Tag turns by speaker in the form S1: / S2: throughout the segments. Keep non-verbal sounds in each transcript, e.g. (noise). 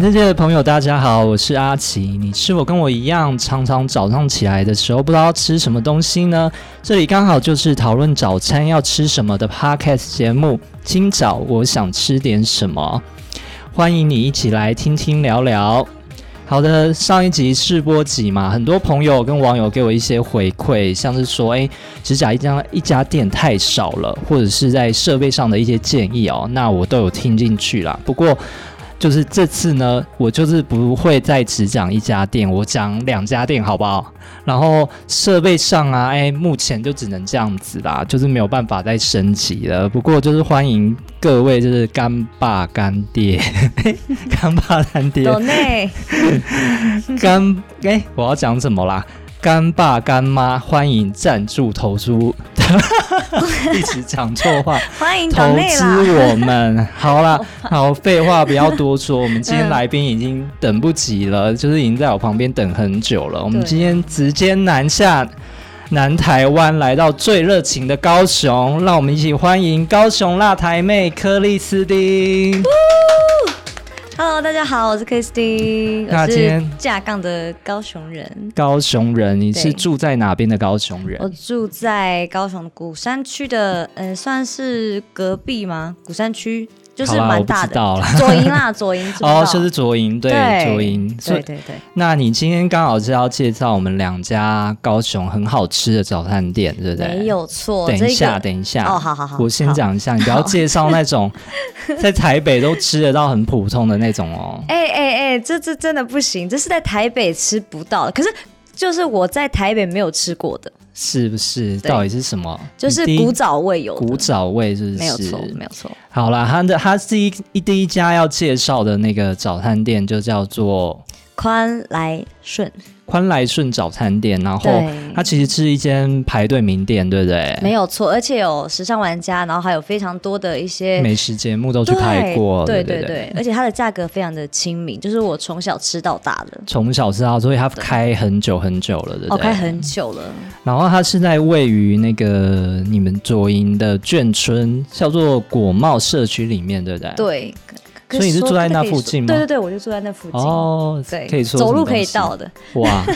S1: 正界的朋友，大家好，我是阿奇。你是否跟我一样，常常早上起来的时候不知道吃什么东西呢？这里刚好就是讨论早餐要吃什么的 podcast 节目。今早我想吃点什么，欢迎你一起来听听聊聊。好的，上一集试播集嘛，很多朋友跟网友给我一些回馈，像是说，诶，指甲一家一家店太少了，或者是在设备上的一些建议哦，那我都有听进去啦。不过就是这次呢，我就是不会再只讲一家店，我讲两家店好不好？然后设备上啊，哎，目前就只能这样子啦，就是没有办法再升级了。不过就是欢迎各位就是干爸干爹， (laughs) 干爸干爹，
S2: 抖内
S1: 干哎、我要讲什么啦？干爸干妈欢迎赞助投
S2: (laughs)
S1: 资，一直讲错话，
S2: 欢迎抖
S1: 投
S2: 内啦，
S1: 资我们。好
S2: (laughs)
S1: 啦，好，废话不要多说，我们今天来宾已经等不及了，就是已经在我旁边等很久了。我们
S2: 对
S1: 今天直接南下南台湾，来到最热情的高雄，让我们一起欢迎高雄辣台妹柯丽斯汀。
S2: Hello，大家好，我是 Kristy，
S1: 那
S2: 我
S1: 今
S2: 是
S1: 天
S2: 架杠的高雄人，
S1: 高雄人，你是
S2: 对
S1: 住在哪边的高雄人
S2: 我？住在高雄鼓山区的，呃，算是隔壁吗？鼓山区就是
S1: 好啦
S2: 蛮大
S1: 我不知道
S2: 的
S1: 啦，
S2: 左营
S1: (laughs)
S2: 啦，左营知
S1: 哦
S2: 道，，
S1: 就是左营，对，
S2: 对
S1: 左营。所
S2: 对
S1: 以，
S2: 对对，
S1: 那你今天刚好是要介绍我们两家高雄很好吃的早餐店，对不对？
S2: 没有错，
S1: 等
S2: 这
S1: 一下，
S2: 个
S1: 等一下。
S2: 哦，好好好，
S1: 我先
S2: 好。
S1: 讲一下，你不要介绍那种 (laughs) 在台北都吃得到很普通的那种哦。
S2: 哎哎哎，这这真的不行，这是在台北吃不到的，可是就是我在台北没有吃过的，
S1: 是不是？
S2: 对
S1: 到底是什么？
S2: 就是
S1: 你第一
S2: 古早味有的，
S1: 古早味是不是？
S2: 没有错，没有错。
S1: 好啦，它的它第一一第一家要介绍的那个早餐店就叫做
S2: 宽来顺，
S1: 宽来顺早餐店，然后
S2: 对
S1: 它其实是一间排队名店，对不对？
S2: 没有错，而且有时尚玩家，然后还有非常多的一些
S1: 美食节目都去
S2: 对
S1: 拍过，
S2: 对
S1: 对
S2: 对
S1: 对。
S2: 而且它的价格非常的亲民，就是我从小吃到大的，
S1: 从小吃到，所以它开很久很久了，对不
S2: 哦，
S1: 对？
S2: 开很久了，
S1: 然后它是在位于那个你们左营的眷村，叫做果茂社区里面，对不对？。
S2: 对。可
S1: 所以你是
S2: 说
S1: 住在
S2: 真的
S1: 那
S2: 可以
S1: 附
S2: 说
S1: 近吗
S2: 对对对，我就住在那附近。
S1: 哦，
S2: 对，
S1: 可以说
S2: 走
S1: 什么
S2: 路可以
S1: 东西
S2: 到的， (laughs)
S1: 哇！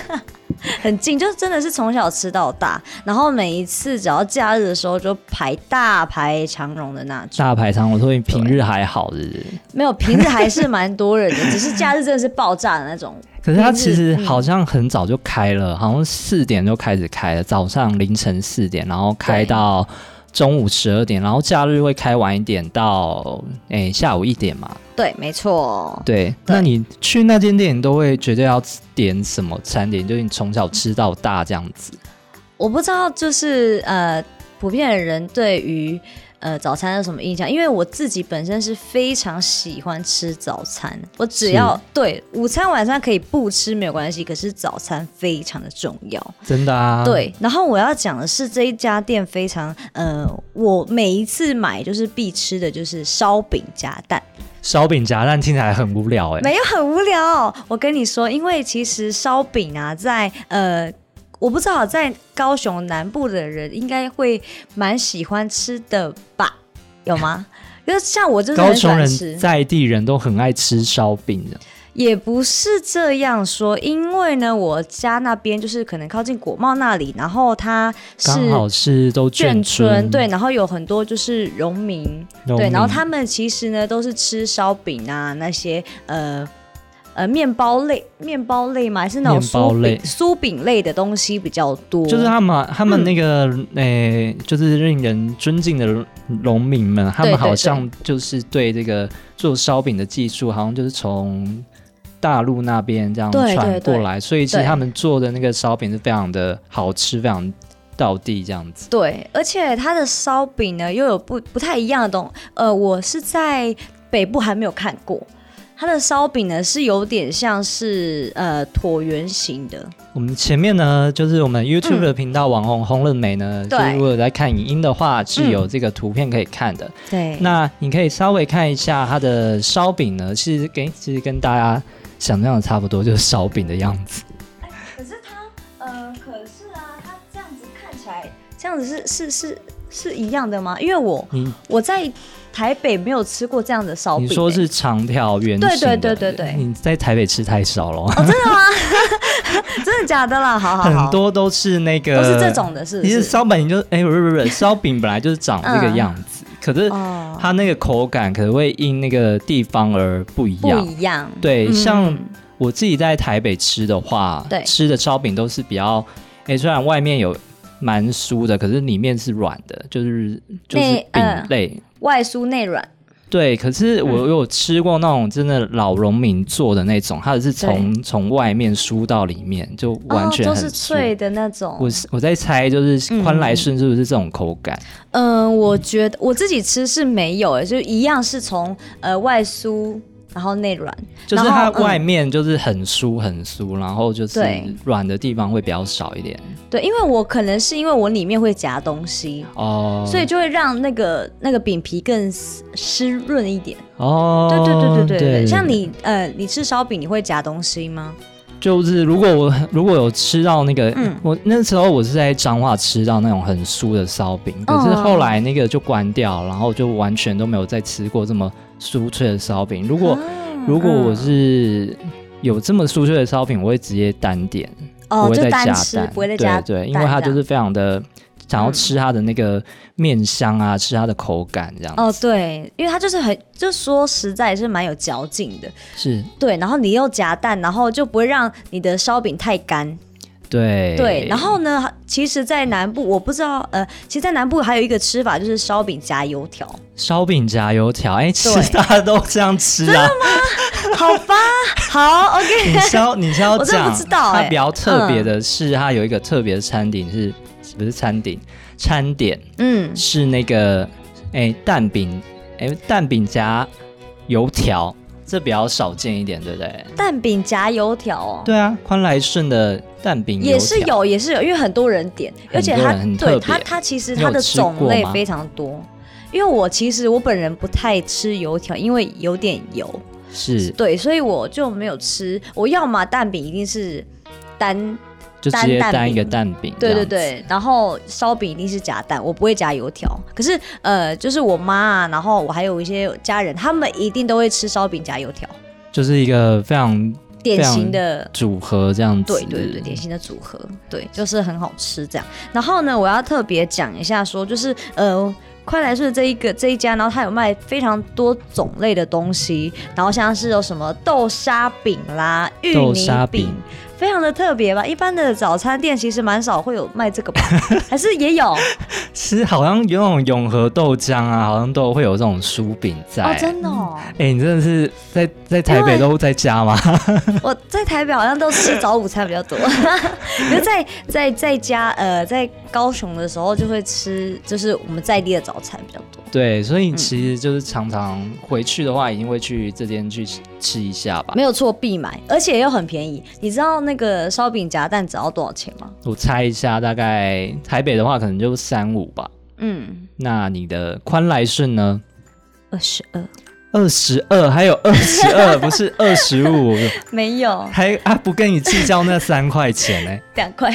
S2: 很近，就是真的是从小吃到大，然后每一次只要假日的时候就排大排长龙的那种。
S1: 大排长龙，所以平日还好，是不是？
S2: 没有，平时还是蛮多人的，只是假日真的是爆炸的那种。
S1: 可是它
S2: 平
S1: 其
S2: 日
S1: 实
S2: 嗯
S1: 好像很早就开了，好像四点就开始开了，早上凌晨四点，然后开
S2: 对
S1: 到中午十二点，然后假日会开晚一点到诶、下午一点嘛。
S2: 对，没错。
S1: 对，那你去那间店，你都会觉得要点什么餐点？就是你从小吃到大这样子。
S2: 我不知道，就是呃，普遍的人对于呃早餐有什么印象？因为我自己本身是非常喜欢吃早餐，我只要
S1: 是
S2: 对午餐、晚餐可以不吃没有关系，可是早餐非常的重要。
S1: 真的啊，，
S2: 对，然后我要讲的是这一家店非常呃，我每一次买就是必吃的就是烧饼夹蛋。
S1: 烧饼夹蛋听起来很无聊哎、
S2: 没有很无聊。我跟你说，因为其实烧饼啊，在呃。我不知道在高雄南部的人应该会蛮喜欢吃的吧？有吗？ (laughs) 就是像我就是
S1: 高
S2: 很喜
S1: 雄
S2: 欢
S1: 人
S2: 吃，
S1: 在地人都很爱吃烧饼的，
S2: 也不是这样说，因为呢，我家那边就是可能靠近国贸那里，然后它是
S1: 刚好是都
S2: 眷
S1: 眷
S2: 村，对，然后有很多就是农民，
S1: 农
S2: 对，
S1: 民
S2: 然后他们其实呢都是吃烧饼啊那些呃呃面包类面包类嘛，还是那种
S1: 面包
S2: 酥
S1: 类
S2: 饼酥饼类的东西比较多，
S1: 就是他们啊
S2: 嗯
S1: 他们那个诶、就是令人尊敬的农民们，啊他们
S2: 对对
S1: 好像就是对这个做烧饼的技术，好像就是从。大陆那边这样
S2: 对对
S1: 传过
S2: 对
S1: 来，所以其实
S2: 对
S1: 他们做的那个烧饼是非常的好吃，非常道地这样子。
S2: 对，而且它的烧饼呢又有不不太一样的东，呃，我是在北部还没有看过。它的烧饼呢是有点像是呃椭圆形的，
S1: 我们前面呢，就是我们 YouTube 的频道网红红润美呢，就
S2: 嗯对嗯
S1: 是如果有在看影音的话，是有这个图片可以看的。
S2: 对，
S1: 那你可以稍微看一下它的烧饼呢，其实跟其实跟大家想象的差不多，就是烧饼的样子。
S2: 可是它，呃，可是啊，它这样子看起来，这样子是是是是一样的吗？因为我
S1: 你
S2: 我在台北没有吃过这样的烧饼、
S1: 你
S2: 欸。
S1: 说是长条圆形
S2: 对对
S1: 的
S2: 对对对
S1: 你在台北吃太少了，
S2: 真的假的啦？好好好，
S1: 很多都是那个
S2: 都是这种的，是不
S1: 其实
S2: 是？
S1: 烧饼你就哎，不是不是不
S2: (laughs)
S1: 是，烧饼本来就是长这个
S2: 嗯
S1: 样子，可是
S2: 哦，
S1: 它那个口感可能会因那个地方而不一
S2: 不
S1: 样。
S2: 一样。
S1: 对，
S2: 嗯
S1: 像我自己在台北吃的话，
S2: 对
S1: 吃的烧饼都是比较，哎，虽然外面有蛮酥的，可是里面是软的，就是就是
S2: 内
S1: 饼
S2: 呃嗯
S1: 类。
S2: 外酥内软，
S1: 对，可是我有吃过那种真的老农民做的那种，它是从从外面酥到里面，就完全
S2: 哦、都
S1: 很
S2: 是
S1: 酥
S2: 脆的那种。
S1: 我是我在猜，就是宽来顺是不是这种口感？
S2: 嗯，我觉得我自己吃是没有、欸，就一样是从呃外酥然后内软，
S1: 就是
S2: 然
S1: 它
S2: 后
S1: 外面就是很酥很酥，然后就是
S2: 对
S1: 软的地方会比较少一点
S2: 对，因为我可能是因为我里面会夹东西，
S1: 哦。
S2: 所以就会让那个那个饼皮更湿湿润一点。
S1: 哦，
S2: 对对对对对对，像
S1: 对
S2: 你呃，你吃烧饼你会夹东西吗？
S1: 就是如果我如果有吃到那个，
S2: 嗯
S1: 我那时候我是在彰化吃到那种很酥的烧饼，可是
S2: 嗯
S1: 后来那个就关掉，然后就完全都没有再吃过这么酥脆的烧饼。如果、
S2: 啊
S1: 如果我是有这么酥脆的烧饼，我会直接单点，
S2: 哦，
S1: 不会
S2: 就
S1: 再加
S2: 单
S1: 蛋，
S2: 吃，不会再加
S1: 对对，
S2: 蛋
S1: 因为它
S2: 这
S1: 就
S2: 样
S1: 是非常的想要
S2: 嗯
S1: 吃它的那个面香啊，吃它的口感这样子。
S2: 哦，对，因为它就是很，就说实在也是蛮有嚼劲的，
S1: 是
S2: 对。然后你又夹蛋，然后就不会让你的烧饼太干，
S1: 对
S2: 对。然后呢，其实，在南部我不知道，呃，其实，在南部还有一个吃法就是烧饼夹油
S1: (laughs)
S2: 条，
S1: 烧饼夹油条，哎、其
S2: 对
S1: 实大家都这样吃啊。
S2: 好吧，好，OK，
S1: 你
S2: (laughs)
S1: 是要你是要
S2: 我真的
S1: 讲，
S2: 不知道嗯
S1: 它
S2: 欸
S1: 比较特别的是，它有一个特别的餐点是，不是餐点？餐点
S2: 嗯， (laughs)
S1: 是那个哎、蛋饼，哎、蛋饼夹油条，这比较少见一点，对不对？
S2: 蛋饼夹油条哦。
S1: 对啊，宽来顺的蛋饼油条
S2: 也是，有，也是有，因为很多人点，而且它
S1: 很多人
S2: 对
S1: 很特
S2: 它
S1: 别
S2: 它其实
S1: 你有
S2: 它的
S1: 吃过
S2: 种类
S1: 吗
S2: 非常多。因为我其实我本人不太吃油条，因为有点油，
S1: 是
S2: 对，所以我就没有吃。我要么蛋饼一定是单，
S1: 就直接
S2: 单蛋饼
S1: 单一个蛋饼，
S2: 对
S1: 这
S2: 对
S1: 样子，
S2: 对，然后烧饼一定是夹蛋，我不会夹油条。可是呃，就是我妈啊，然后我还有一些家人，他们一定都会吃烧饼夹油条，
S1: 就是一个非常
S2: 典
S1: 非常
S2: 型的
S1: 组合这样子。
S2: 对对对，典型的组合，对，就是很好吃这样。然后呢，我要特别讲一下说，就是呃。快来顺这一个这一家，然后它有卖非常多种类的东西，然后像是有什么豆沙饼啦、芋
S1: 豆
S2: 泥
S1: 沙饼
S2: 饼，非常的特别吧。一般的早餐店其实蛮少会有卖这个吧，还是也有哦，
S1: 其实好像有那种永和豆浆啊，好像都会有这种酥饼在、
S2: 真的哦。
S1: 哎、你真的是在在台北
S2: 因为
S1: 都在家吗？
S2: 我在台北好像都吃早午餐比较多， (laughs) 因为在在在家呃在高雄的时候就会吃，就是我们在地的早餐比较多。
S1: (laughs) 对，所以其实就是常常回去的话，一定会去这间去吃一下吧
S2: 没。有错，必买，而且又很便宜。你知道那个烧饼夹蛋只要多少钱吗？
S1: 我猜一下，大概台北的话可能就三五吧。
S2: 嗯，
S1: 那你的宽来顺呢？
S2: 二十二，
S1: 二十二，还有二十二，不是二十五，
S2: 没有
S1: (laughs) 还啊不跟你计较那三块
S2: (laughs)
S1: 钱呢、
S2: 两块。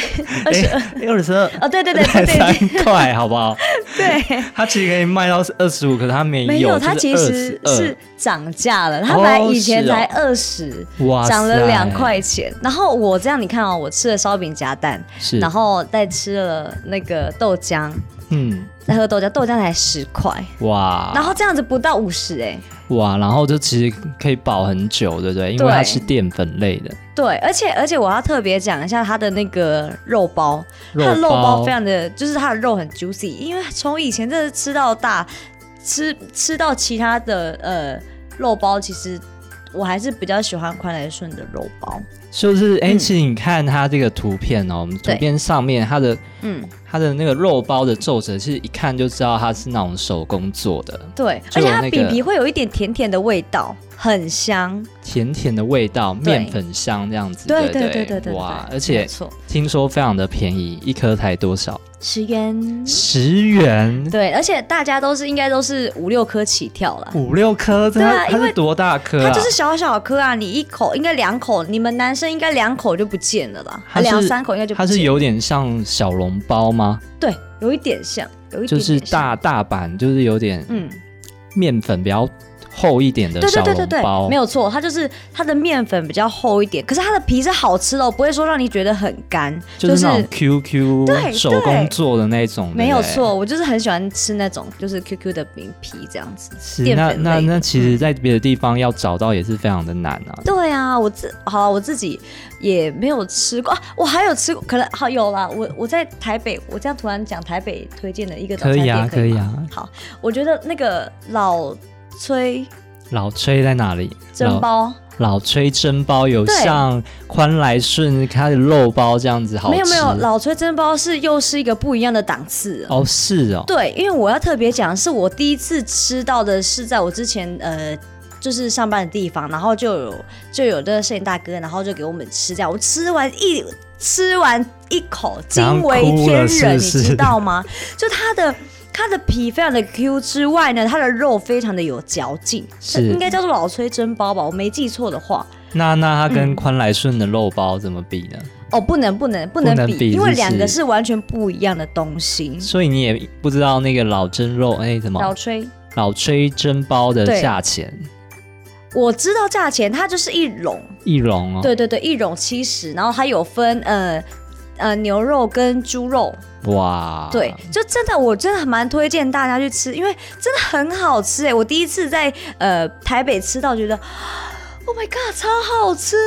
S1: 二十二，二十二，
S2: 哦，对对对
S1: 才
S2: 对对
S1: (laughs) 三块，好不好？ (laughs)
S2: 对，
S1: 它其实可以卖到二十五，可是它没
S2: 没有，
S1: 有，
S2: 它其实是涨价了。它本来以前才二十、
S1: 22哇
S2: 涨了
S1: 塞
S2: 两，块钱。然后我这样，你看哦，我吃了烧饼夹蛋，
S1: 是，
S2: 然后再吃了那个豆浆，
S1: 嗯，
S2: 再喝豆浆，豆浆才十块，
S1: 哇，
S2: 然后这样子不到五十哎。
S1: 哇，然后就其实可以保很久，对不对？因为
S2: 对
S1: 它是淀粉类的，
S2: 对，而且而且我要特别讲一下它的那个肉包，
S1: 肉
S2: 它的肉
S1: 包
S2: 包非常的，就是它的肉很 juicy，因为从以前真的吃到大，吃吃到其他的呃肉包，其实我还是比较喜欢宽来顺的肉包。
S1: 就是哎、
S2: 嗯
S1: 其实你看它这个图片哦，我们图
S2: 对
S1: 片上面它的
S2: 嗯，
S1: 它的那个肉包的皱褶，其实一看就知道它是那种手工做的，
S2: 对，
S1: 就
S2: 而
S1: 有
S2: 且它
S1: 那
S2: 饼
S1: 个
S2: 皮会有一点甜甜的味道，很香。
S1: 甜甜的味道，
S2: 对
S1: 面粉香这样子，
S2: 对
S1: 对
S2: 对
S1: 不
S2: 对对对，
S1: 哇，
S2: 对
S1: 而
S2: 没
S1: 且
S2: 错，
S1: 听说非常的便宜，一颗才多少？
S2: 十元。
S1: 十元。
S2: 对，而且大家都是应该都是五六颗起跳啦。
S1: 五六颗，
S2: 对啊
S1: 它它
S2: 因
S1: 是
S2: 为
S1: 多大颗
S2: 它
S1: 啊？
S2: 就是小小颗啊，你一口应该两口，你们男生应该两口就不见了啦，
S1: 它
S2: 啊
S1: 是
S2: 两三口应该就不
S1: 它
S2: 见
S1: 是
S2: 了
S1: 有点像小笼包吗？
S2: 对，有一点像，有一点
S1: 就是
S2: 点像
S1: 大大阪，就是有点
S2: 嗯，
S1: 面粉比较厚一点的
S2: 对对
S1: 小
S2: 对
S1: 笼
S2: 对对，
S1: 包
S2: 没。有错，它就是它的面粉比较厚一点，可是它的皮是好吃的哦，不会说让你觉得很干，
S1: 就是
S2: 是
S1: 那种 QQ
S2: 对
S1: 手工做的那种，
S2: 没有
S1: 对不对。
S2: 错，我就是很喜欢吃那种就是 QQ 的饼皮这样子。
S1: 是
S2: 淀
S1: 那
S2: 粉类
S1: 那
S2: 的嗯
S1: 那其实，在别的地方要找到也是非常的难啊。
S2: 对啊，我自好啊我自己也没有吃过，啊、我还有吃过，可能好有啦。我我在台北，我这样突然讲台北推荐的一个早
S1: 可
S2: 餐
S1: 以
S2: 店
S1: 啊，可
S2: 以
S1: 以
S2: 吗
S1: 啊。
S2: 好，我觉得那个老崔
S1: 老崔在哪里？
S2: 蒸
S1: 老
S2: 包
S1: 老崔蒸包有
S2: 对
S1: 像宽来顺它的肉包这样子好吃？
S2: 没有没有，老崔蒸包是又是一个不一样的档次。
S1: 哦，是哦，
S2: 对，因为我要特别讲，是我第一次吃到的是在我之前呃。就是上班的地方，然后就有就有这个摄影大哥，然后就给我们吃这样。我吃完一吃完一口，
S1: 然后
S2: 惊为
S1: 哭
S2: 天
S1: 了
S2: 人，
S1: 是不
S2: 你
S1: 是
S2: 知道吗？就它的它的皮非常的 Q 之外呢，它的肉非常的有嚼劲，
S1: 是
S2: 应该叫做老崔蒸包吧，我没记错的话。
S1: 那那
S2: 嗯
S1: 它跟宽来顺的肉包怎么比呢？
S2: 哦，不能不能不
S1: 能
S2: 能
S1: 比
S2: 比，
S1: 是
S2: 因
S1: 不
S2: 为两个
S1: 是
S2: 是完全不一样的东西。
S1: 所以你也不知道那个老蒸肉哎什
S2: 老
S1: 么
S2: 崔，
S1: 老崔蒸包的
S2: 对
S1: 价钱
S2: 我知道价钱，它就是一笼，
S1: 一笼哦，
S2: 对对对，一笼七十，然后它有分呃呃牛肉跟猪肉，
S1: 哇，
S2: 对，就真的我真的蛮推荐大家去吃，因为真的很好吃哎、我第一次在呃台北吃到，觉得 (gasps) Oh my god，超好吃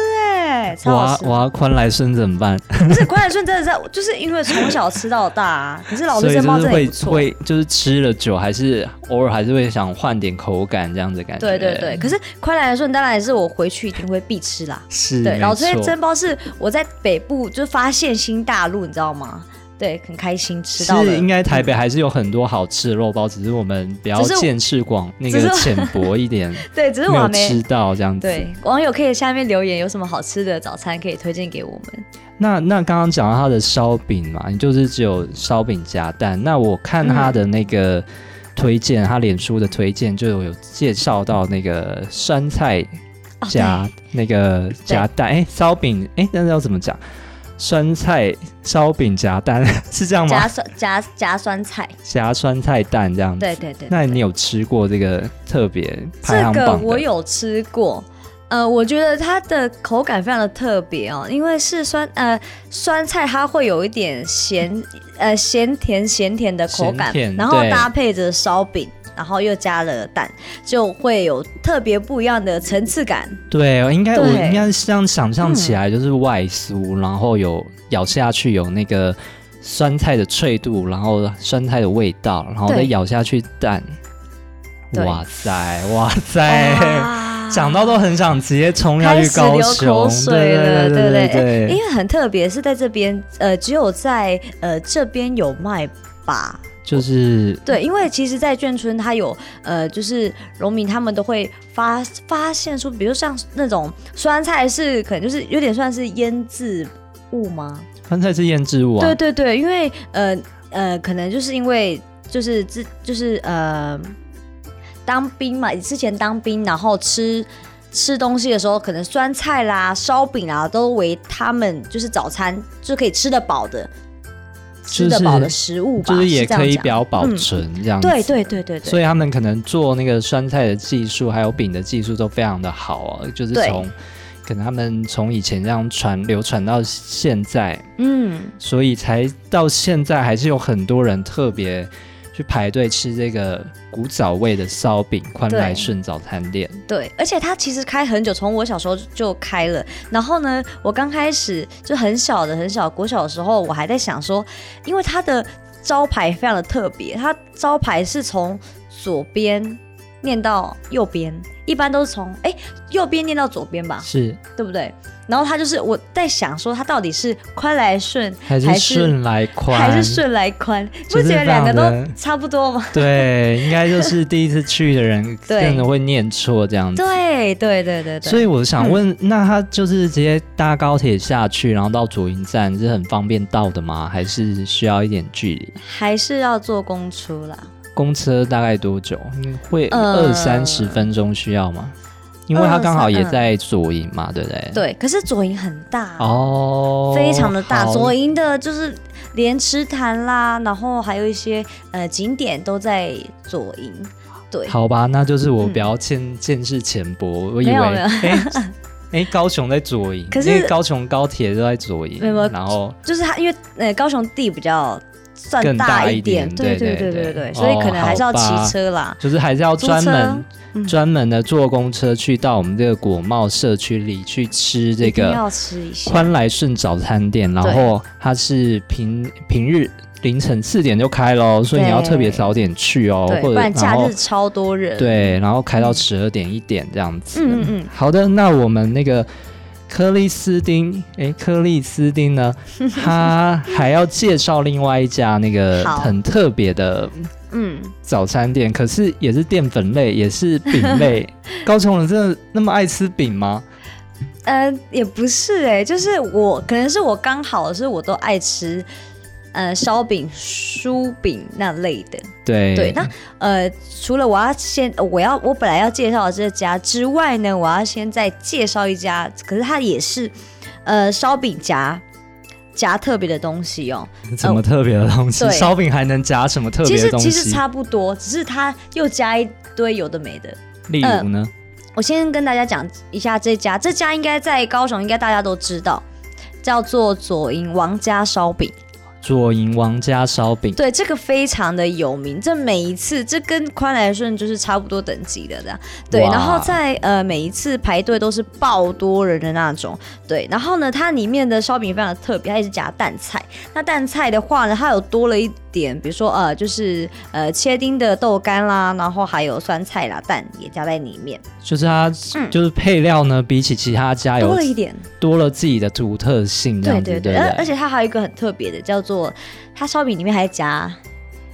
S2: 哎、超好
S1: 哇
S2: 吃！
S1: 哇宽来顺怎么办？
S2: 不是关海顺真的在，就是因为从小吃到大、啊，可是老
S1: 所
S2: 师
S1: 以
S2: 蒸包
S1: 就是
S2: 真的也
S1: 会
S2: 不错。
S1: 会就是吃了久，还是偶尔还是会想换点口感这样子的感觉。
S2: 对对对，，可是快来顺当然也是我回去一定会必吃啦。
S1: 是
S2: 对，老
S1: 崔
S2: 崔蒸包是我在北部就发现新大陆，你知道吗？对，很开心吃到
S1: 是
S2: 了
S1: 应。该台北还是有很多好吃的肉包，只是我们比较
S2: 只是我
S1: 见识广，那
S2: 只
S1: 个
S2: 是我
S1: 浅薄一点，
S2: 对， (laughs) 只是
S1: 没
S2: 我还
S1: 有
S2: 没
S1: 吃到这样子。
S2: 对，网友可以下面留言有什么好吃的早餐可以推荐给我们。
S1: 那那刚刚讲到它的烧饼嘛，你就是只有烧饼夹蛋。那我看它的那个
S2: 嗯
S1: 推荐，它脸书的推荐就有介绍到那个酸菜
S2: 哦，
S1: 夹那个夹蛋，哎，烧饼，哎，那要怎么讲？酸菜烧饼夹蛋 (laughs) 是这样
S2: 对
S1: 吗
S2: 夹？酸夹夹酸菜，
S1: 夹酸菜蛋这样子。
S2: 对对对。
S1: 那你有吃过这个特别排
S2: 这
S1: 行
S2: 个
S1: 榜的？
S2: 我有吃过，呃，我觉得它的口感非常的特别哦，因为是酸呃酸菜，它会有一点咸呃咸甜咸甜的口
S1: 咸
S2: 感
S1: 甜，
S2: 然后
S1: 对
S2: 搭配着烧饼，然后又加了蛋，就会有特别不一样的层次感。
S1: 对，哦应该我
S2: 对嗯
S1: 应该是这样想象起来，就是外酥，然后有咬下去有那个酸菜的脆度，然后酸菜的味道，然后再
S2: 对
S1: 咬下去蛋。
S2: 对
S1: 哇塞，哇塞！
S2: 哇
S1: 哎讲到都很想直接冲下
S2: 开
S1: 去
S2: 始
S1: 高
S2: 流
S1: 雄
S2: 口，水了，
S1: 对
S2: 不
S1: 对
S2: 对？因
S1: 对，
S2: 为很特别，是在这边，呃，只有在呃这边有卖吧。
S1: 就是
S2: 对，因为其实，在眷村，它有呃，就是农民他们都会发发现出，比如像那种酸菜是可能就是有点算是腌制物吗？
S1: 酸菜是腌制物啊
S2: 对，对对，因为呃呃，可能就是因为就是之就是呃当兵嘛，之前当兵，然后吃吃东西的时候，可能酸菜啦、烧饼啦，都为他们就是早餐就可以吃得饱的、吃得饱的食物吧，
S1: 就是也
S2: 是这
S1: 可
S2: 样
S1: 以
S2: 讲
S1: 比较保
S2: 嗯
S1: 存这样子。
S2: 对对对对对，
S1: 所以他们可能做那个酸菜的技术，还有饼的技术都非常的好哦，就是
S2: 对
S1: 从可能他们从以前这样传流传到现在，
S2: 嗯。
S1: 所以才到现在还是有很多人特别去排队吃这个古早味的烧饼宽
S2: 对
S1: 来顺早餐店。
S2: 对，而且它其实开很久，从我小时候就开了。然后呢，我刚开始就很小的很小，国小的时候，我还在想说，因为它的招牌非常的特别，它招牌是从左边念到右边，一般都是从哎右边念到左边吧，
S1: 是
S2: 对不对？然后它就是我在想说，它到底是宽来顺
S1: 还是
S2: 还是
S1: 顺来宽？
S2: 还是顺来宽？
S1: 就是
S2: 不觉得两个
S1: 这样的
S2: 都差不多 (laughs) 吗？
S1: 对，应该就是第一次去的人
S2: 对
S1: 真的会念错这样子。
S2: 对对对对对。
S1: 嗯
S2: 嗯
S1: 所以我想问，那他就是直接搭高铁下去，然后到左营站是很方便到的吗？还是需要一点距离？
S2: 还是要坐公车啦。
S1: 公车大概多久？嗯会
S2: 呃
S1: 二三十分钟需要吗？因为他刚好也在左营嘛，对不对？。
S2: 对，可是左营很大
S1: 哦，
S2: 非常的大，
S1: 好
S2: 左营的就是连池潭啦，然后还有一些呃景点都在左营。对，
S1: 好吧，那就是我比较见、见识浅薄，我以为
S2: 没有没有
S1: 哎哎高雄在左营，
S2: (laughs) 可是
S1: 因为高雄高铁都在左营
S2: 没有没有，
S1: 然后
S2: 就是它，因为呃高雄地比较算
S1: 更大一
S2: 一点，对
S1: 点对
S2: 对
S1: 对
S2: 对
S1: 对
S2: 对，所以可能还是要
S1: 哦好吧
S2: 骑车啦。
S1: 就是还是要
S2: 租
S1: 专
S2: 车
S1: 门
S2: 嗯
S1: 专门的坐公车去到我们这个国贸社区里去吃这
S2: 一定
S1: 个
S2: 要吃一下，
S1: 宽来顺早餐店，然后它是平平日凌晨四点就开喽，所以你要
S2: 对
S1: 特别早点去哦，
S2: 对，
S1: 或
S2: 不
S1: 者
S2: 然假
S1: 后
S2: 日超多人。，
S1: 对，然后开到十二点一点这样子。
S2: 嗯嗯嗯
S1: 好的，那我们那个柯利斯丁，诶，柯利斯
S2: (laughs)
S1: 丁呢，他还要介绍另外一家那个
S2: 好
S1: 很特别的
S2: 嗯，
S1: 早餐店，可是也是淀粉类，也是饼
S2: (laughs)
S1: 类。高雄人真的那么爱吃饼吗？
S2: 呃，也不是哎、就是我可能是我刚好是我都爱吃，呃，烧饼、酥饼那类的。
S1: 对嗯
S2: 对，那呃，除了我要先，呃我要我本来要介绍的这家之外呢，我要先再介绍一家，可是它也是，呃，烧饼夹夹特别的东西哦。
S1: 什么特别的东西？
S2: 对
S1: 烧饼还能夹什么特
S2: 其
S1: 别
S2: 实
S1: 的东
S2: 其实
S1: 西？
S2: 差不多，只是它又加一堆有的没的。
S1: 例
S2: 嗯
S1: 如呢？
S2: 我先跟大家讲一下这家，这家应该在高雄，应该大家都知道，叫做左营王家烧饼。
S1: 左营王家烧饼。
S2: 对，这个非常的有名，这每一次这跟宽来顺就是差不多等级的这样。对，
S1: 哇
S2: 然后在呃每一次排队都是爆多人的那种。对，然后呢，它里面的烧饼非常的特别，它也是夹蛋菜。那蛋菜的话呢，它有多了一点，比如说呃就是呃切丁的豆干啦，然后还有酸菜啦，蛋也加在里面，
S1: 就是它，
S2: 嗯
S1: 就是配料呢，比起其他家
S2: 多
S1: 有
S2: 了一点。
S1: 多了自己的独特性，
S2: 对
S1: 哎这样子，
S2: 对
S1: 不
S2: 对，而而且它还有一个很特别的，叫做它烧饼里面还夹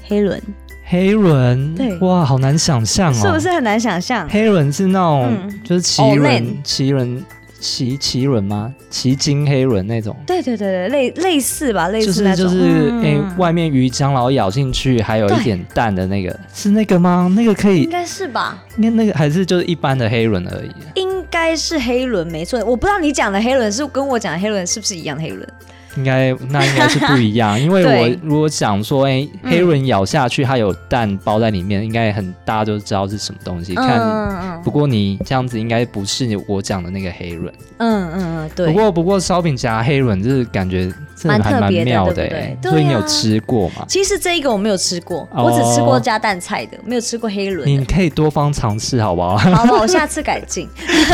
S2: 黑轮，
S1: 黑轮，
S2: 对
S1: 哇，好难想象哦，
S2: 是不？是很难想象？
S1: 黑轮是那种、
S2: 嗯
S1: 就
S2: 藕
S1: 是奇
S2: 类
S1: 轮、奇轮、奇奇轮吗？奇金黑轮那种，
S2: 对对对对，类类似吧，类
S1: 就
S2: 似
S1: 是
S2: 那种。
S1: 就是
S2: 嗯
S1: 哎诶、外面鱼浆然后咬进去，还有一
S2: 对
S1: 点蛋的那个，是那个吗？那个可以
S2: 应，该是吧，
S1: 那那个还是就是一般的黑轮而已。
S2: 应该是黑轮没错。我不知道你讲的黑轮是跟我讲的黑轮是不是一样的黑轮？
S1: 应该那应该是不
S2: (laughs)
S1: 一样，因为
S2: 对
S1: 我如果想说，哎、
S2: 嗯
S1: 黑轮咬下去，它有蛋包在里面，应该很大就知道是什么东西。看，
S2: 嗯
S1: 不过你这样子应该不是我讲的那个黑轮。
S2: 嗯嗯嗯嗯，
S1: 不
S2: 对。
S1: 过不过烧饼夹黑轮就是感觉真
S2: 蛮
S1: 的
S2: 特
S1: 还蛮
S2: 别的
S1: 妙
S2: 对不
S1: 欸
S2: 对
S1: 所以
S2: 对
S1: 你有
S2: 啊
S1: 吃过吗？
S2: 其实这一个我没有吃过，
S1: 哦
S2: 我只吃过加蛋菜的，没有吃过黑轮
S1: 你
S2: 的。
S1: 可以多方尝试，好不好？
S2: 好吧，我下次改进。
S1: (laughs)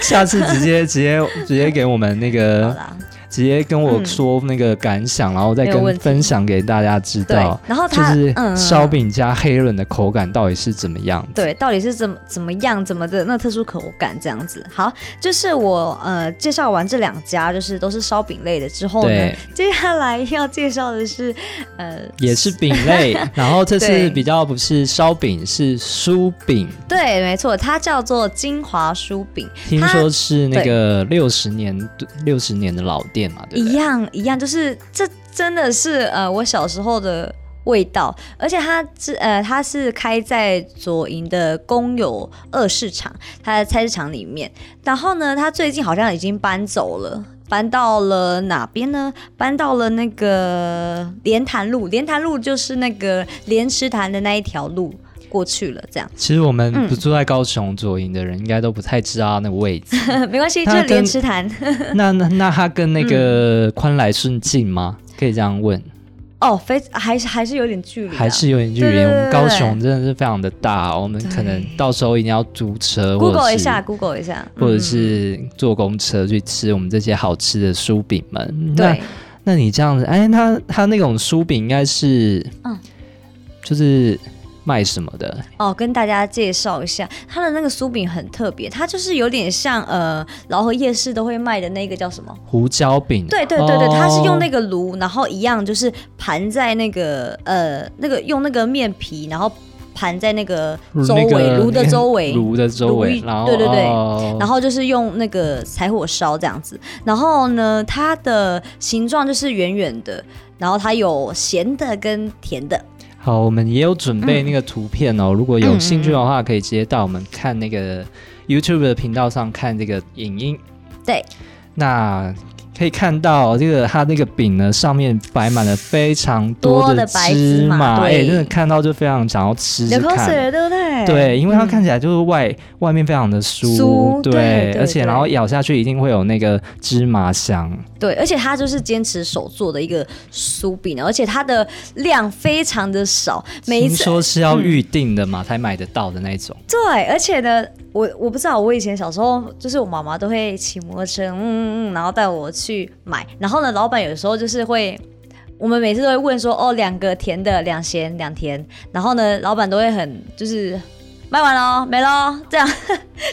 S1: 下次
S2: (laughs)
S1: 直接直接直接给我们那
S2: 好
S1: 个，
S2: 啦，
S1: 直接跟我说那个感想，然后再
S2: 没有问
S1: 跟
S2: 题
S1: 分享给大家知
S2: 对
S1: 道。，
S2: 然后
S1: 呃啊就
S2: 它
S1: 是
S2: 嗯
S1: 烧饼加黑轮的口感到底是怎么样子？
S2: 对，到底是怎么怎么样，怎么的那特殊口感这样子。好，就是我呃介绍完这两家，就是都是烧饼类的之后呢
S1: 对，
S2: 接下来要介绍的是呃，
S1: 也是饼
S2: (laughs)
S1: 类，然后这
S2: 对
S1: 次比较不是烧饼，是酥饼，
S2: 对，没错，它叫做金华酥饼，
S1: 听说是那个六十年六十年的老店嘛，对不
S2: 一
S1: 对？
S2: 样一样，就是这真的是呃我小时候的。味道，而且它是呃，它是开在左营的公有二市场，它的菜市场里面。然后呢，它最近好像已经搬走了，搬到了哪边呢？搬到了那个莲潭路，莲潭路就是那个莲池潭的那一条路过去了，这样
S1: 其实我们
S2: 嗯
S1: 不住在高雄左营的人，应该都不太知道那个
S2: (laughs)
S1: 位置。
S2: 呃没关系，就
S1: 它
S2: 是
S1: 跟
S2: 莲池潭。
S1: 那那那它跟那
S2: 嗯
S1: 个宽来顺近吗？可以这样问，
S2: 哦，非还是还是有点距离、啊，
S1: 还是有点距离。
S2: 对对对
S1: 我
S2: 对
S1: 们高雄真的是非常的大，我们
S2: 对
S1: 可能到时候一定要租车或
S2: Google
S1: 者
S2: 一
S1: 是
S2: 下，Google 一下，
S1: 或者
S2: 嗯
S1: 是坐公车去吃我们这些好吃的酥饼们。那
S2: 对，
S1: 那你这样子，哎，那他那种酥饼应该是，
S2: 嗯
S1: 就是卖什么的？
S2: 哦，跟大家介绍一下，它的那个酥饼很特别，它就是有点像呃老河夜市都会卖的那个叫什么？
S1: 胡椒饼。
S2: 对对对对，
S1: 哦
S2: 它是用那个炉，然后一样就是盘在那个呃那个用那个面皮，然后盘在那个周
S1: 嗯那
S2: 围
S1: 个
S2: 炉的周围，
S1: (laughs) 炉的周围，
S2: 炉
S1: 然后
S2: 对对对
S1: 哦
S2: 然后就是用那个柴火烧这样子，然后呢，它的形状就是圆圆的，然后它有咸的跟甜的，
S1: 好，我们也有准
S2: 嗯
S1: 备那个图片哦，如果有兴趣的话，可以直接到我们看那个 YouTube 的频道上看这个影音。
S2: 对，
S1: 那。可以看到这个它那个饼呢，上面摆满了非常多
S2: 多的白芝
S1: 芝
S2: 麻
S1: 麻，哎、
S2: 对
S1: 真的看到就非常想要吃吃
S2: 流口水
S1: 看。
S2: 了，对不对？
S1: 对，因为它
S2: 嗯
S1: 看起来就是外、外面非常的酥，
S2: 酥
S1: 对，
S2: 对对
S1: 而且
S2: 对
S1: 然后咬下去一定会有那个芝麻香，
S2: 对，而且它就是坚持手做的一个酥饼，而且它的量非常的少，每一
S1: 听
S2: 次
S1: 说是
S2: 嗯
S1: 要预定的嘛、才买得到的那
S2: (laughs)
S1: 种。
S2: 对，而且呢，我我不知道，我以前小时候就是我妈妈都会骑摩托车，嗯嗯嗯，然后带我去买，然后呢，老板有时候就是会。我们每次都会问说，哦，两个甜的，两咸两甜，然后呢，老板都会很就是卖完了哦没喽，这样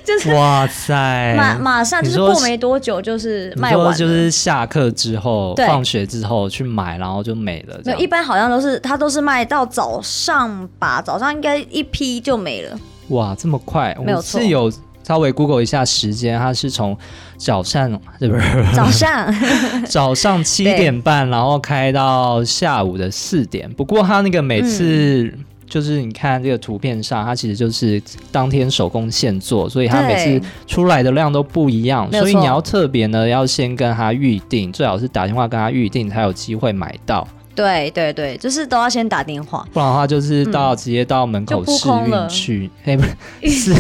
S2: 就是
S1: 哇塞，
S2: 马马上就
S1: 哎你
S2: 是
S1: 说
S2: 过没多久就是
S1: 你
S2: 卖完
S1: 说
S2: 了，
S1: 就是下课之后、
S2: 对
S1: 放学之后去买，然后就没了
S2: 没有，
S1: 这样。
S2: 一般好像都是它都是卖到早上吧，早上应该一批就没
S1: (laughs)
S2: 了。
S1: 哇，这么快！
S2: 没有
S1: 我
S2: 错
S1: 是有稍微 Google 一下时间，它是从早上，对
S2: (laughs)
S1: 不是
S2: 早上
S1: 早上七
S2: 对
S1: 点半，然后开到下午的四点。不过它那个每次、
S2: 嗯
S1: 就是你看这个图片上，它其实就是当天手工现做，所以它每
S2: 对
S1: 次出来的量都不一样。
S2: 没有
S1: 所
S2: 错
S1: 以你要特别呢，要先跟他预定，最好是打电话跟他预定，才有机会买到。
S2: (laughs) 对对对，就是都要先打电话。
S1: 不然的话就是到、直接到门口
S2: 嗯就扑
S1: 试
S2: 空了
S1: 运去，
S2: (laughs)
S1: 哎、不是，是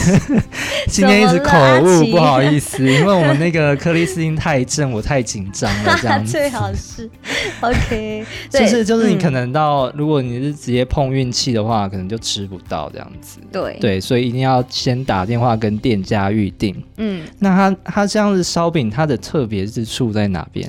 S1: 今天一直口
S2: 怎么了阿
S1: 误，
S2: 奇
S1: 不好意思，因为我们那个克里斯汀太正，我太紧张了， (laughs) 这样子。
S2: (laughs) 最好是 OK，对
S1: (laughs) 就是就是你可
S2: 嗯
S1: 能到，如果你是直接碰运气的话，可能就吃不到这样子。
S2: 对，
S1: 对，所以一定要先打电话跟店家预定。
S2: 嗯，
S1: 那它它这样子烧饼，它的特别之处在哪边？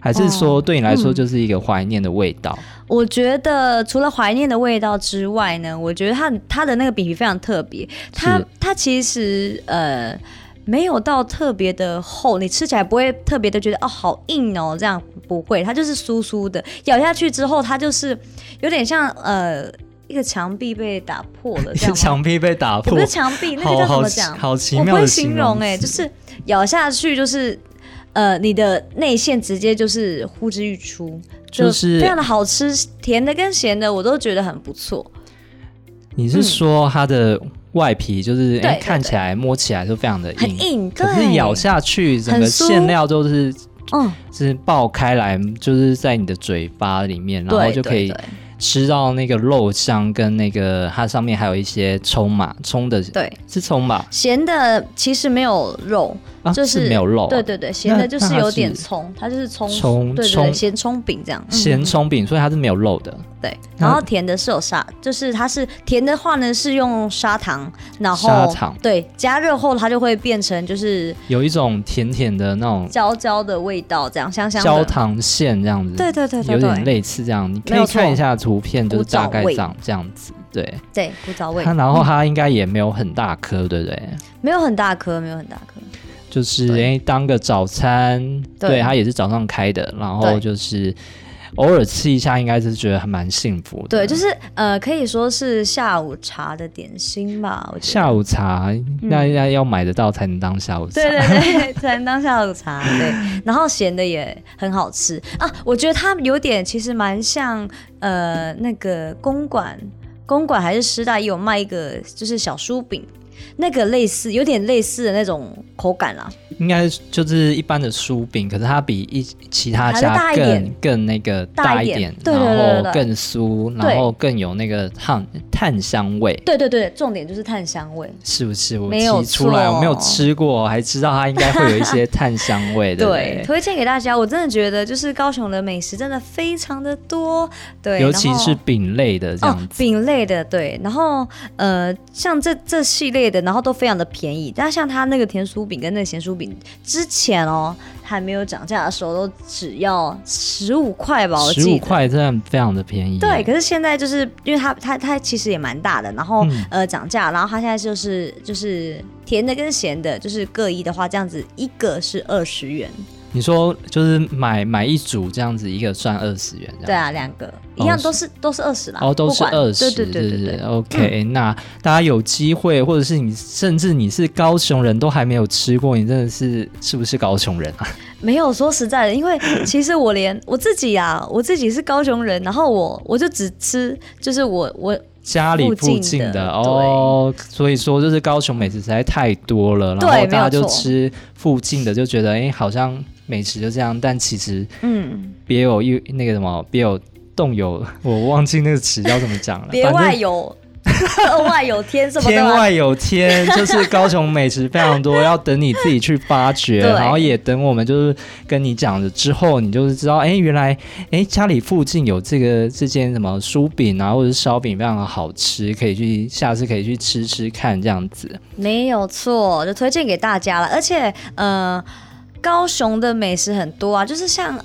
S1: 还是说
S2: 哦
S1: 对你来说
S2: 嗯
S1: 就是一个怀念的味道？
S2: 我觉得除了怀念的味道之外呢，我觉得它它的那个饼皮非常特别，它
S1: 是
S2: 它其实呃。没有到特别的厚，你吃起来不会特别的觉得哦好硬哦，这样不会，它就是酥酥的，咬下去之后它就是有点像呃一个墙壁被打破
S1: (laughs)
S2: 了这样吗
S1: 墙壁被打
S2: 也
S1: 破
S2: 不，是墙壁，那个叫
S1: 好
S2: 怎
S1: 好
S2: 么
S1: 奇
S2: 讲？
S1: 好奇
S2: 我不
S1: 妙的
S2: 会形容哎、
S1: 词
S2: 就是咬下去就是。呃，你的内馅直接就是呼之欲出，
S1: 就是
S2: 非常的好吃，甜的跟咸的我都觉得很不错。
S1: 你是说它的外皮就是
S2: 嗯对
S1: 哎、
S2: 对
S1: 看起来摸起来就非常的
S2: 很
S1: 硬，
S2: 硬，
S1: 可是
S2: 对
S1: 咬，下去整
S2: 很
S1: 个
S2: 酥
S1: 馅料都是
S2: 嗯，
S1: 是爆开来，就是在你的嘴巴里面，然后
S2: 对，
S1: 就可以
S2: 对
S1: 吃到那个肉香跟那个它上面还有一些葱嘛，葱的
S2: 对对
S1: 是葱吧？
S2: 咸的其实没有肉，
S1: 啊，
S2: 就是
S1: 没有肉、啊，
S2: 对对对，咸的就是
S1: 那它
S2: 有点
S1: 是
S2: 葱，它就是葱，
S1: 葱
S2: 对对对，
S1: 葱
S2: 咸葱饼这样，嗯
S1: 咸葱饼，所以它是没有肉的。
S2: 对，
S1: 那
S2: 然后甜的是有砂，就是它是甜的话呢是用砂糖，然后
S1: 砂糖嗯
S2: 对加热后它就会变成就是
S1: 有一种甜甜的那种
S2: 焦焦的味道，这样香香的。
S1: 焦糖馅这样子，
S2: 对对对对
S1: 有点
S2: 对，
S1: 类似这样，你可
S2: 没有
S1: 以
S2: 错
S1: 看一下图片，就是
S2: 古早
S1: 大概
S2: 味
S1: 长这样子，对。
S2: 对不着味
S1: 它，然后它应该也没有很大颗，对不对？
S2: 没有很大颗，没有很大颗。
S1: 就是
S2: 对
S1: 诶当个早餐，
S2: 对
S1: 对，它也是早上开的，然后
S2: 对
S1: 就是偶尔吃一下，应该是觉得还蛮幸福的。
S2: 对，就是呃，可以说是下午茶的点心吧，我觉得。
S1: 下午茶，那要要买得到才能当下午
S2: 嗯
S1: 茶。
S2: 对对对， (laughs) 才能当下午茶。对，然后咸的也很好吃啊，我觉得它有点其实蛮像呃那个公馆，公馆还是师大也有卖一个就是小酥饼，那个类似有点类似的那种口感啦。
S1: 应该就是一般的酥饼，可是它比一其他
S2: 还是大
S1: 家
S2: 一
S1: 更
S2: 点
S1: 更那个
S2: 大
S1: 大
S2: 一
S1: 一
S2: 点
S1: 点，
S2: 对对对
S1: 然
S2: 对
S1: 后
S2: 对
S1: 更酥，然后更有那个炭炭香味。
S2: 对对对，重点就是炭香味。
S1: 是不是？我
S2: 没有
S1: 提出来，
S2: 错
S1: 我没有吃过，还知道它应该会有一些炭香味，对不
S2: 对，
S1: 对？
S2: 推荐给大家。我真的觉得就是高雄的美食真的非常的多，对，
S1: 尤
S2: 然
S1: 其
S2: 后
S1: 是饼类的这
S2: 哦
S1: 样，子。
S2: 饼类的对，然后呃，像这这系列的，然后都非常的便宜。但像它那个甜酥饼跟那个咸酥饼，之前哦还没有涨价的时候，都只要十五块吧，我
S1: 十五
S2: 记得。
S1: 块真的非常的便宜。
S2: 对，可是现在就是因为它它它其实也蛮大的，然后、
S1: 嗯
S2: 呃涨价，然后它现在就是就是甜的跟咸的，就是各一的话，这样子一个是二十元，
S1: 你说就是买买一组这样子，一个算二十元这
S2: 对
S1: 样。
S2: 啊，两个一样都是、都是二十啦，
S1: 哦，都
S2: 不
S1: 是
S2: 管
S1: 二十，
S2: 对对对嗯对
S1: 是不是
S2: 对，
S1: OK，、那大家有机会，或者是你，甚至你是高雄人都还没有吃过，你真的是是不是高雄人啊？
S2: 没有说实在的，因
S1: (laughs)
S2: 为其实我连我自己呀、我自己是高雄人，然后我我就只吃，就是我我
S1: 家里附
S2: 附
S1: 近
S2: 近
S1: 的
S2: 的
S1: 哦，所以说就是高雄美食实在太多了，然
S2: 对
S1: 后大家
S2: 没有
S1: 就
S2: 错
S1: 吃附近的，就觉得哎、诶好像美食就这样，但其实
S2: 嗯，
S1: 别有一那个什么，别有洞有，我忘记那个词要怎么讲了。
S2: 别
S1: 反
S2: 外
S1: 正 (laughs)
S2: 有二外有天什么的啊
S1: 天
S2: 吗？
S1: 外有天，就是高雄美食非常多，要等你自己去发掘，
S2: (laughs) 对
S1: 然后也等我们就是跟你讲了之后，你就是知道，哎，原来哎家里附近有这个这间什么酥饼啊，或者是烧饼非常的好吃，可以去下次可以去吃吃看这样子。
S2: 没有错，就推荐给大家了。而且，呃，高雄的美食很多啊，就是像，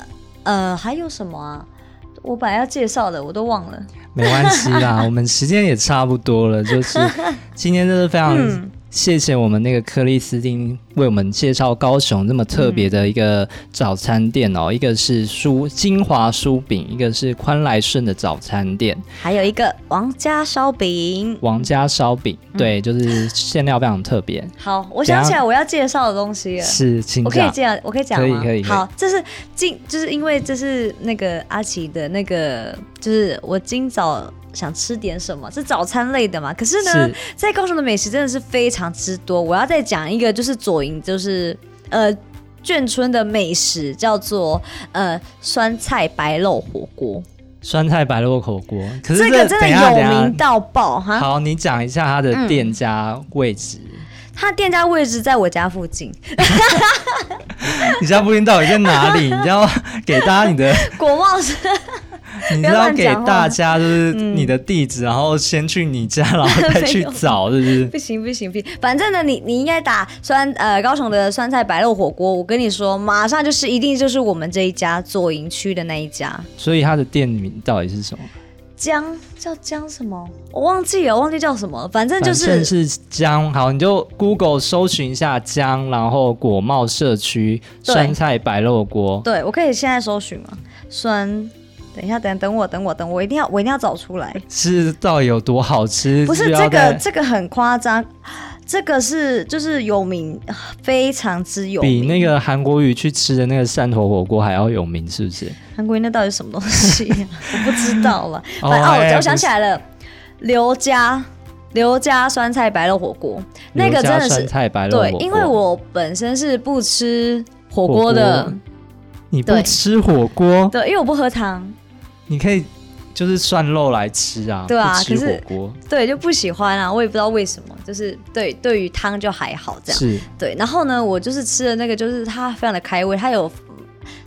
S2: 呃，还有什么啊？我本来要介绍的，我都忘了。
S1: (laughs) 没关系
S2: (laughs)
S1: 啦，我们时间也差不多了，就是今天真的非常
S2: 嗯，
S1: 谢谢我们那个克里斯汀为我们介绍高雄这么特别的一个早餐店哦，一个是酥金华酥饼，一个是宽来顺的早餐店
S2: 还有一个王家烧饼。
S1: 王家烧饼，
S2: 嗯
S1: 对，就是馅料非常特别，
S2: 好，我想起来我要介绍的东西了。
S1: 是请
S2: 我可以
S1: 讲
S2: 这样，我可以讲
S1: 可以
S2: 吗？
S1: 可以可以
S2: 好，这是今，就是因为这是那个阿奇的那个，就是我今早想吃点什么，是早餐类的嘛。可是呢，
S1: 是
S2: 在高雄的美食真的是非常之多。我要再讲一个，就是左营，就是呃眷村的美食，叫做呃酸菜白肉火锅，
S1: 酸菜白肉火锅，可是
S2: 这个真的
S1: 等一下
S2: 有名
S1: 等一
S2: 到爆
S1: 下，
S2: 哈。
S1: 好，你讲一下它的
S2: 嗯
S1: 店家位置， (laughs)
S2: 它店家位置在我家附近，
S1: 你知道不定到底在哪里，你知道 (laughs) 给大家你的
S2: 国贸是
S1: 你
S2: 不要
S1: 知道
S2: 乱
S1: 给
S2: 讲话嗯
S1: 大家就是你的地址，然后先去你
S2: (laughs)
S1: 家，然后再去
S2: 没有
S1: 找，是不是？
S2: 不行不行不行，反正呢，你你应该打酸呃高雄的酸菜白肉火锅，我跟你说，马上就是一定就是我们这一家左营区的那一家
S1: 所以它的店名到底是什么？
S2: 江叫江什么，我忘记了，忘记叫什么了，反正就
S1: 反正
S2: 是
S1: 是姜。好，你就 Google 搜寻一下姜，然后果贸社区
S2: 对
S1: 酸菜白肉锅。
S2: 对我可以现在搜寻吗？酸，等一下等等我等我等我，我一定要我一定要找出来，
S1: 是到底有多好吃？
S2: 不是
S1: 要
S2: 这个
S1: 在
S2: 这个很夸张，这个是就是有名，非常之有
S1: 比
S2: 名。
S1: 那个韩国语去吃的那个汕头火锅还要有名，是不是？
S2: 韩国瑜那到底是什么东西、啊？ (laughs) 我不知道了。
S1: 哦
S2: 反正哦，
S1: 哎
S2: 我
S1: 呀
S2: 我想起来了，刘家刘家酸菜白肉火锅，那个
S1: 刘
S2: 真
S1: 家
S2: 的
S1: 酸
S2: 是
S1: 菜白肉火
S2: 对
S1: 锅。，
S2: 因为我本身是不吃火
S1: 火
S2: 锅
S1: 锅
S2: 的，
S1: 你不
S2: 对
S1: 吃火锅，
S2: 对，因为我不喝汤，
S1: 你可以就是涮肉来吃啊，
S2: 对啊
S1: 不吃
S2: 可是
S1: 火锅
S2: 对，就不喜欢啊，我也不知道为什么，就是对对于汤就还好这样。
S1: 是
S2: 对，然后呢，我就是吃的那个，就是它非常的开胃，它有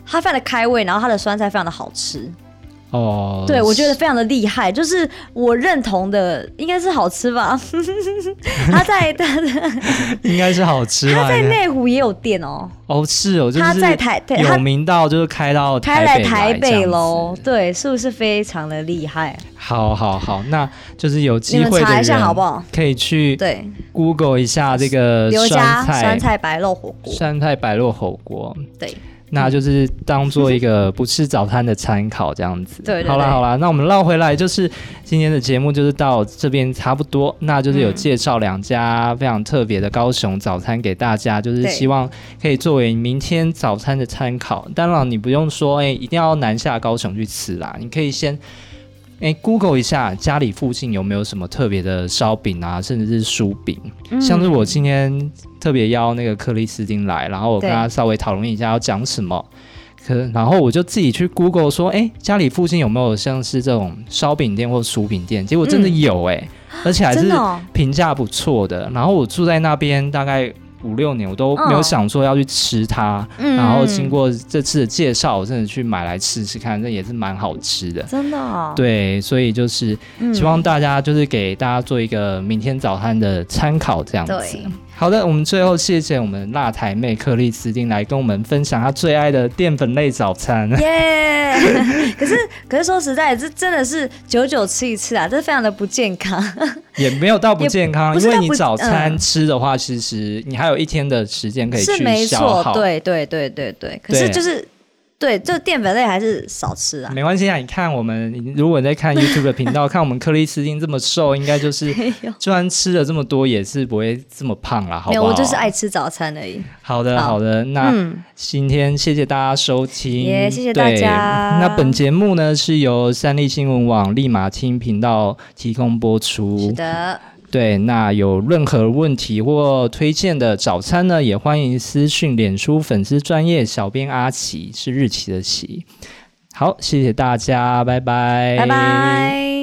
S2: 它非常的开胃，然后它的酸菜非常的好吃。
S1: 哦。
S2: 对，我觉得非常的厉害，就是我认同的，应该是好吃吧。 (laughs) 他在他的
S1: (laughs) 应该是好吃吧？
S2: 他在内湖也有店哦，
S1: 哦，是哦，就是
S2: 他在台对
S1: 有
S2: 他
S1: 名到就是开到
S2: 开来台
S1: 北来
S2: 北喽
S1: 这样，子
S2: 对，是不是非常的厉害？
S1: 好好好，那就是有
S2: 你
S1: 机
S2: 们
S1: 会的
S2: 查一
S1: 人
S2: 下好不好？
S1: 可以去
S2: 对，
S1: Google 一下这个
S2: 刘家
S1: 呃菜
S2: 酸菜白肉火锅，
S1: 酸菜白肉火锅，
S2: 对，
S1: 那就是当做一个不吃早餐的参考这样子。
S2: 对对
S1: 好啦
S2: 对
S1: 好啦，那我们绕回来，就是今天的节目就是到这边差不多，那就是有
S2: 嗯
S1: 介绍两家非常特别的高雄早餐给大家，就是
S2: 对
S1: 希望可以作为明天早餐的参考。当然你不用说，哎、一定要南下高雄去吃啦，你可以先。哎，Google 一下家里附近有没有什么特别的烧饼啊，甚至是酥饼。
S2: 嗯
S1: 像是我今天特别邀那个克里斯汀来，然后我跟他稍微讨论一下要讲什么，可然后我就自己去 Google 说，哎、家里附近有没有像是这种烧饼店或薯饼店？结果真的
S2: 嗯
S1: 有哎、而且还
S2: 真
S1: 是
S2: 的哦
S1: 评价不错的。然后我住在那边大概五六年，我都没有
S2: 嗯
S1: 想说要去吃它。
S2: 嗯
S1: 然后经过这次的介绍，我真的去买来吃吃看，这也是蛮好吃的。
S2: 真的哦，
S1: 对，所以就是
S2: 嗯
S1: 希望大家就是给大家做一个明天早餐的参考，这样子
S2: 对。
S1: 好的，我们最后谢谢我们辣台妹克里斯汀来跟我们分享她最爱的淀粉类早餐。
S2: (laughs) 耶！可是可是说实在，这真的是久久吃一次啊，这非常的不健康。
S1: 也没有到不
S2: 也
S1: 健康，
S2: 不
S1: 因
S2: 是
S1: 为
S2: 到
S1: 你
S2: 不
S1: 早餐
S2: 嗯
S1: 吃的话，其实你还有一天的时间可以
S2: 是
S1: 去
S2: 没
S1: 消
S2: 错
S1: 耗。，，
S2: 对对对对对。可是
S1: 对
S2: 就是对，就淀粉类还是少吃啊。
S1: 没关系啊。你看我们，如果你在看 YouTube 的频道，看我们克里斯汀这么
S2: (laughs)
S1: 瘦，应该就是
S2: (laughs) 没有，
S1: 就算吃了这么多，也是不会这么胖啦，好
S2: 没有，
S1: 不好？
S2: 我就是爱吃早餐而已。
S1: 好的，
S2: 好
S1: 好的，那。
S2: 嗯，
S1: 今天谢谢大家收听，
S2: 耶谢谢大家
S1: 对那本节目呢是由三立新闻网立马听频道提供播
S2: 是
S1: 出。
S2: 的，
S1: 对，那有任何问题或推荐的早餐呢，也欢迎私讯脸书粉丝专业小编阿奇，是日期的奇。好，谢谢大家，拜拜，
S2: 拜拜。